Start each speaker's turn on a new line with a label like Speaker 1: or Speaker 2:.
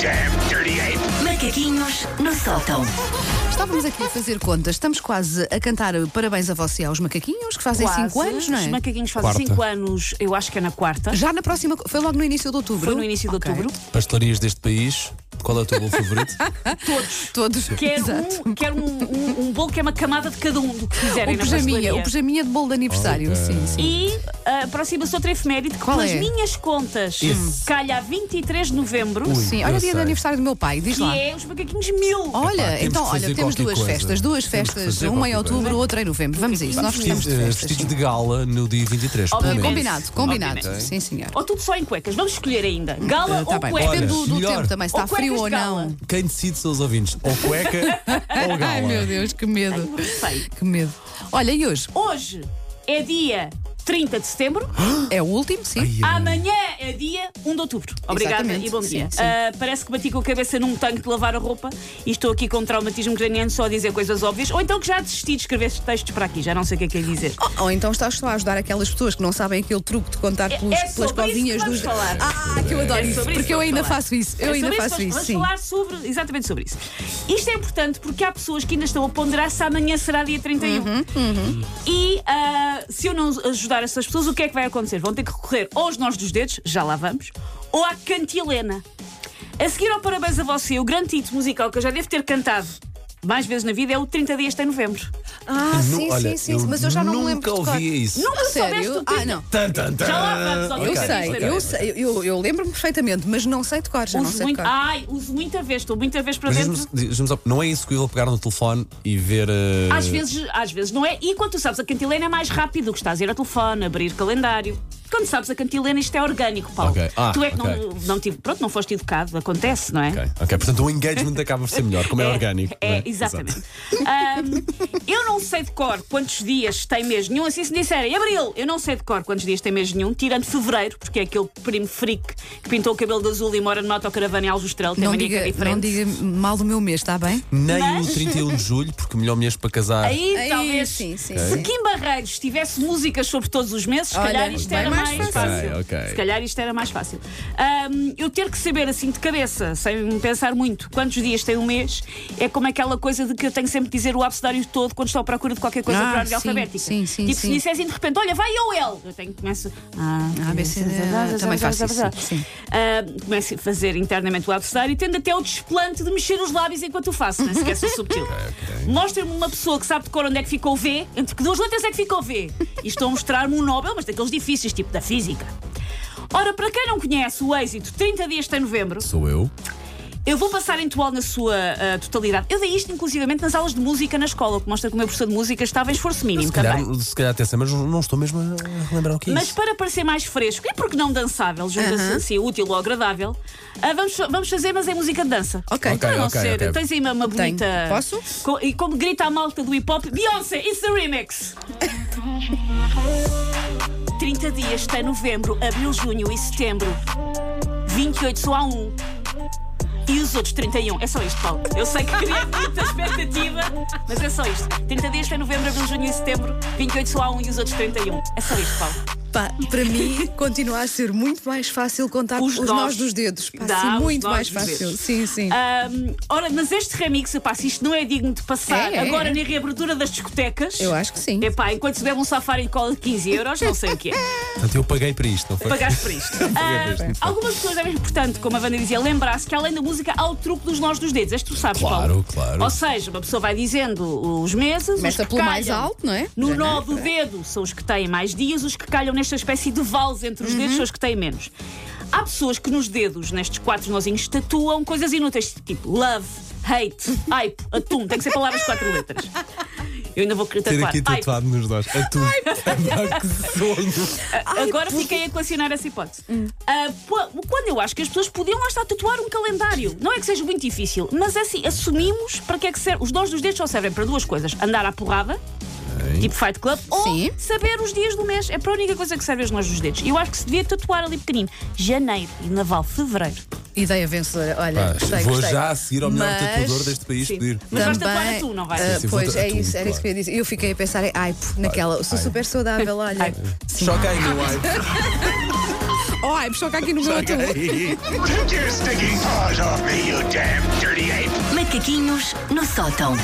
Speaker 1: damn dirty ape!
Speaker 2: Macaquinhos no sótão.
Speaker 3: Estávamos aqui a fazer contas, estamos quase a cantar parabéns a você aos macaquinhos, que fazem
Speaker 4: Quase.
Speaker 3: 5 anos, não
Speaker 4: Os
Speaker 3: é?
Speaker 4: macaquinhos fazem
Speaker 5: Quarta.
Speaker 4: 5 anos, eu acho que é na quarta.
Speaker 3: Já na próxima, foi logo no início de outubro.
Speaker 4: Foi no início de
Speaker 3: Ok.
Speaker 4: outubro.
Speaker 5: Pastelarias deste país, qual é o teu bolo favorito?
Speaker 3: Todos.
Speaker 4: Quer,
Speaker 3: Exato.
Speaker 4: um, quer um, um, um bolo que é uma camada de cada um do que
Speaker 3: O
Speaker 4: quiserem na
Speaker 3: pijaminha,
Speaker 4: pastelaria.
Speaker 3: o pijaminha de bolo de aniversário,
Speaker 5: Ok.
Speaker 3: sim, sim.
Speaker 4: E ah, aproxima-se outra efeméride que,
Speaker 3: Qual
Speaker 4: pelas
Speaker 3: é?
Speaker 4: minhas contas,
Speaker 5: Esse.
Speaker 4: calha a 23 de novembro,
Speaker 5: Ui.
Speaker 3: Sim, olha o
Speaker 5: eu
Speaker 3: dia do
Speaker 5: sei.
Speaker 3: aniversário do meu pai, diz
Speaker 4: que
Speaker 3: lá.
Speaker 4: é os macaquinhos mil.
Speaker 3: Olha,
Speaker 5: Epá, temos
Speaker 3: então,
Speaker 5: que fazer
Speaker 3: olha, temos
Speaker 5: qualquer
Speaker 3: duas
Speaker 5: coisa.
Speaker 3: festas, duas
Speaker 5: Temos que
Speaker 3: festas,
Speaker 5: fazer
Speaker 3: uma em
Speaker 5: qualquer coisa.
Speaker 3: outro, outra em novembro. Vamos a isso, nós gostamos
Speaker 5: Vestidos,
Speaker 3: de
Speaker 5: eh,
Speaker 3: festas.
Speaker 5: vestidos de gala no dia 23. pelo menos.
Speaker 3: Combinado, combinado. Sim, senhor.
Speaker 4: Ou tudo só em cuecas, vamos escolher ainda. Gala
Speaker 3: Está
Speaker 4: ou
Speaker 3: Eh, tá bem,
Speaker 4: cuecas.
Speaker 3: depende do, do
Speaker 5: melhor.
Speaker 3: tempo também, se
Speaker 4: Ou
Speaker 3: está frio
Speaker 4: cuecas
Speaker 3: ou
Speaker 4: de gala.
Speaker 3: não.
Speaker 5: Quem decide são os ouvintes, ou cueca ou gala.
Speaker 3: Ai meu Deus, que medo.
Speaker 4: Eu sei.
Speaker 3: Que medo. Olha, e hoje?
Speaker 4: Hoje é dia 30 de setembro.
Speaker 3: É o último, sim.
Speaker 5: Ai, ai.
Speaker 4: Amanhã é dia 1 de outubro. Obrigada
Speaker 3: Exatamente.
Speaker 4: e bom dia.
Speaker 3: Sim, sim.
Speaker 4: Ah, parece que bati com a cabeça num tanque de lavar a roupa e estou aqui com um traumatismo craniano só a dizer coisas óbvias. Ou então que já desisti de escrever estes textos para aqui, já não sei o que é que é dizer.
Speaker 3: Ou, ou então estás só a ajudar aquelas pessoas que não sabem aquele truque de contar
Speaker 4: É-
Speaker 3: pelos,
Speaker 4: é sobre
Speaker 3: pelas
Speaker 4: isso que
Speaker 3: covinhas dos.
Speaker 4: vamos falar.
Speaker 3: Ah, que eu adoro
Speaker 4: É
Speaker 3: isso,
Speaker 4: sobre isso
Speaker 3: porque
Speaker 4: que
Speaker 3: eu
Speaker 4: vamos
Speaker 3: ainda
Speaker 4: falar.
Speaker 3: faço isso. Eu
Speaker 4: É
Speaker 3: ainda
Speaker 4: sobre
Speaker 3: faço
Speaker 4: vamos-
Speaker 3: isso,
Speaker 4: vamos
Speaker 3: sim.
Speaker 4: falar sobre, exatamente sobre isso. Isto é importante porque há pessoas que ainda estão a ponderar se amanhã será dia 31.
Speaker 3: Uhum,
Speaker 4: E ah, se eu não ajudar essas pessoas, o que é que vai acontecer? Vão ter que recorrer ou aos nós dos dedos, já lá vamos, ou à cantilena. A seguir ao Parabéns a Você, o grande título musical que eu já devo ter cantado mais vezes na vida é o 30 Dias tem Novembro.
Speaker 3: Ah,
Speaker 5: Nu-
Speaker 3: sim,
Speaker 5: olha,
Speaker 3: sim, sim, mas eu já não me lembro.
Speaker 5: Nunca
Speaker 3: de tocar.
Speaker 5: ouvi isso.
Speaker 4: Nunca soubeste
Speaker 3: Sério?
Speaker 4: o
Speaker 3: Ah,
Speaker 4: título.
Speaker 3: não.
Speaker 5: Tan, tan, tan.
Speaker 4: Já lá vamos ao
Speaker 3: Eu
Speaker 4: 30
Speaker 3: sei,
Speaker 4: Dias tem
Speaker 3: eu
Speaker 4: Novembro.
Speaker 3: sei, eu, eu lembro-me perfeitamente, mas não sei tocar, já não
Speaker 4: Uso
Speaker 3: sei
Speaker 4: muito, Ah,
Speaker 3: tocar.
Speaker 4: ai, uso muita vez, estou muita vez para
Speaker 5: Mas
Speaker 4: dentro.
Speaker 5: diz-me- diz-me só, não é inseguível pegar no telefone e ver. eh,
Speaker 4: Às vezes, às vezes não é. E quando tu sabes a cantilena é mais rápido do que estás a ir ao telefone, abrir calendário. Quando sabes a cantilena, isto é orgânico, Paulo.
Speaker 5: Ok. Ah,
Speaker 4: tu é que
Speaker 5: ok.
Speaker 4: não, não tive, pronto, não foste educado, acontece, não é?
Speaker 5: Ok, ok, portanto o engagement acaba por ser melhor, como é, orgânico.
Speaker 4: É,
Speaker 5: não é?
Speaker 4: exatamente. Ahm, eu não sei de cor quantos dias tem mês nenhum, assim se disserem, abril, eu não sei de cor quantos dias tem mês nenhum, tirando fevereiro, porque é aquele primo freak que pintou o cabelo de azul e mora numa autocaravana em Aljustrel, tem
Speaker 3: Não
Speaker 4: mania que é
Speaker 3: diga,
Speaker 4: diferente.
Speaker 3: não diga mal do meu mês, está bem?
Speaker 5: Nem
Speaker 4: Mas-
Speaker 5: o 31 de julho, porque melhor mês para casar.
Speaker 4: Aí,
Speaker 3: Aí,
Speaker 4: talvez.
Speaker 3: sim, sim,
Speaker 4: Se
Speaker 3: sim.
Speaker 4: Kim Barreiros tivesse músicas sobre todos os meses, se
Speaker 3: Olha,
Speaker 4: calhar isto
Speaker 3: bem
Speaker 4: era
Speaker 3: mais
Speaker 4: mais,
Speaker 5: fácil.
Speaker 4: fácil.
Speaker 5: Ok, ok.
Speaker 4: Se calhar isto era mais fácil. Ahm, eu ter que saber assim de cabeça, sem pensar muito, quantos dias tem um mês, é como aquela coisa de que eu tenho sempre de dizer o abecedário todo quando estou à procura de qualquer coisa
Speaker 3: Ah,
Speaker 4: por ordem
Speaker 3: sim,
Speaker 4: alfabética.
Speaker 3: sim, sim,
Speaker 4: tipo, se
Speaker 3: sim.
Speaker 4: dissessem de repente, olha, vai ou ele, eu tenho que começo. Ah,
Speaker 3: A, B, C, D, também faço isso, sim.
Speaker 4: ah, começo a fazer internamente o abecedário e tendo até o desplante de mexer os lábios enquanto o faço, não esquece o subtil. Mostra-me uma pessoa que sabe de cor onde é que ficou o V, entre que duas letras é que ficou o V. E estão a mostrar-me um Nobel, mas daqueles difíceis, tipo da física. Ora, para quem não conhece o êxito 30 dias até novembro,
Speaker 5: Sou eu.
Speaker 4: eu vou passar em toal na sua ah, totalidade. Eu dei isto, inclusivamente, nas aulas de música na escola, o que mostra que o meu professor de música estava em esforço mínimo
Speaker 5: Se calhar,
Speaker 4: também.
Speaker 5: se calhar até sei, mas não estou mesmo a relembrar o que é
Speaker 4: Mas
Speaker 5: isso.
Speaker 4: para parecer mais fresco e porque não dançável, junta-se assim, útil ou agradável, ah, vamos, fa- vamos fazer, mas em música de dança.
Speaker 3: Ok. Então,
Speaker 5: Ok.
Speaker 4: Para não ser,
Speaker 5: ok.
Speaker 4: tens aí uma, uma
Speaker 3: Tenho.
Speaker 4: bonita.
Speaker 3: Posso?
Speaker 4: Co- e como grita a malta do hip hop, Beyoncé, it's the remix! 30 dias até novembro, abril, junho e setembro. 28 só há um. E os outros 31. É só isto, Paulo. Eu sei que cria muita expectativa, mas é só isto. 30 dias até novembro, abril, junho e setembro. 28 só há um e os outros 31. É só isto, Paulo.
Speaker 3: Pá, para mim continua a ser muito mais fácil contar os, nós,
Speaker 4: Os nós.
Speaker 3: dos dedos. Pá,
Speaker 4: Dá,
Speaker 3: sim,
Speaker 4: os
Speaker 3: muito mais
Speaker 4: nós dos
Speaker 3: fácil.
Speaker 4: dedos. Ah,
Speaker 3: Sim, sim.
Speaker 4: Ahm, ora, mas este remix, epá, se isto não é digno de passar
Speaker 3: É, é,
Speaker 4: agora
Speaker 3: é.
Speaker 4: na reabertura das discotecas.
Speaker 3: Eu acho que sim.
Speaker 4: Epá, enquanto se bebe um safari de cola de 15 euros, não sei o que é.
Speaker 5: Portanto, eu paguei para isto, não foi?
Speaker 4: Pagaste por isto.
Speaker 5: Paguei por
Speaker 4: Ah,
Speaker 5: isto.
Speaker 4: algumas pessoas é importante, como a Wanda dizia, lembrar-se que além da música há o truque dos nós dos dedos. Este tu sabes,
Speaker 5: Claro,
Speaker 4: Paulo.
Speaker 5: claro.
Speaker 4: Ou seja, uma pessoa vai dizendo os meses. os
Speaker 3: Começa
Speaker 4: que
Speaker 3: pelo mais
Speaker 4: calham.
Speaker 3: alto, não é?
Speaker 4: No
Speaker 3: Janeiro,
Speaker 4: nó do dedo são os que têm mais dias, os que calham nesta espécie de vales entre os dedos são os que têm menos. Há pessoas que nos dedos, nestes quatro nozinhos, tatuam coisas inúteis, tipo love, hate, aipo, atum. Tem que ser palavras de quatro letras. Eu ainda vou querer
Speaker 5: Ter
Speaker 4: tatuar.
Speaker 5: aqui
Speaker 4: Aipo.
Speaker 5: tatuado nos dois. A tu. Ai, que sonho.
Speaker 4: Agora fiquei a colecionar essa hipótese. Ah, pô- quando eu acho que as pessoas podiam lá estar a tatuar um calendário. Não é que seja muito difícil, mas é assim, assumimos para que é que serve. Os nós dos dedos só servem para duas coisas: andar à porrada, tipo Fight Club, ou
Speaker 3: Sim.
Speaker 4: saber os dias do mês. É para a única coisa que serve os nós dos dedos. E eu acho que se devia tatuar ali pequenino: janeiro e naval, fevereiro.
Speaker 3: Ideia vencedora. Olha,
Speaker 5: Pá,
Speaker 3: gostei,
Speaker 5: vou
Speaker 3: gostei.
Speaker 5: já a seguir ao melhor
Speaker 3: Mas-
Speaker 5: tatuador deste país
Speaker 4: Sim.
Speaker 5: pedir.
Speaker 4: Mas vais
Speaker 3: Também,
Speaker 4: tatuar a tu, não vais?
Speaker 3: ah,
Speaker 5: Sim, sim, vou
Speaker 3: pois, é
Speaker 5: tatuar a tu,
Speaker 3: isso, era isso que eu ia dizer. Eu fiquei a pensar em aipo, naquela. Sou
Speaker 5: Ai.
Speaker 3: super saudável, olha.
Speaker 5: Choca aí, meu ai.
Speaker 3: Oh, Vai, choca aqui no meu outubro.
Speaker 1: Take your stinking paws off me, you damn dirty ape!
Speaker 2: Macaquinhos no sótão.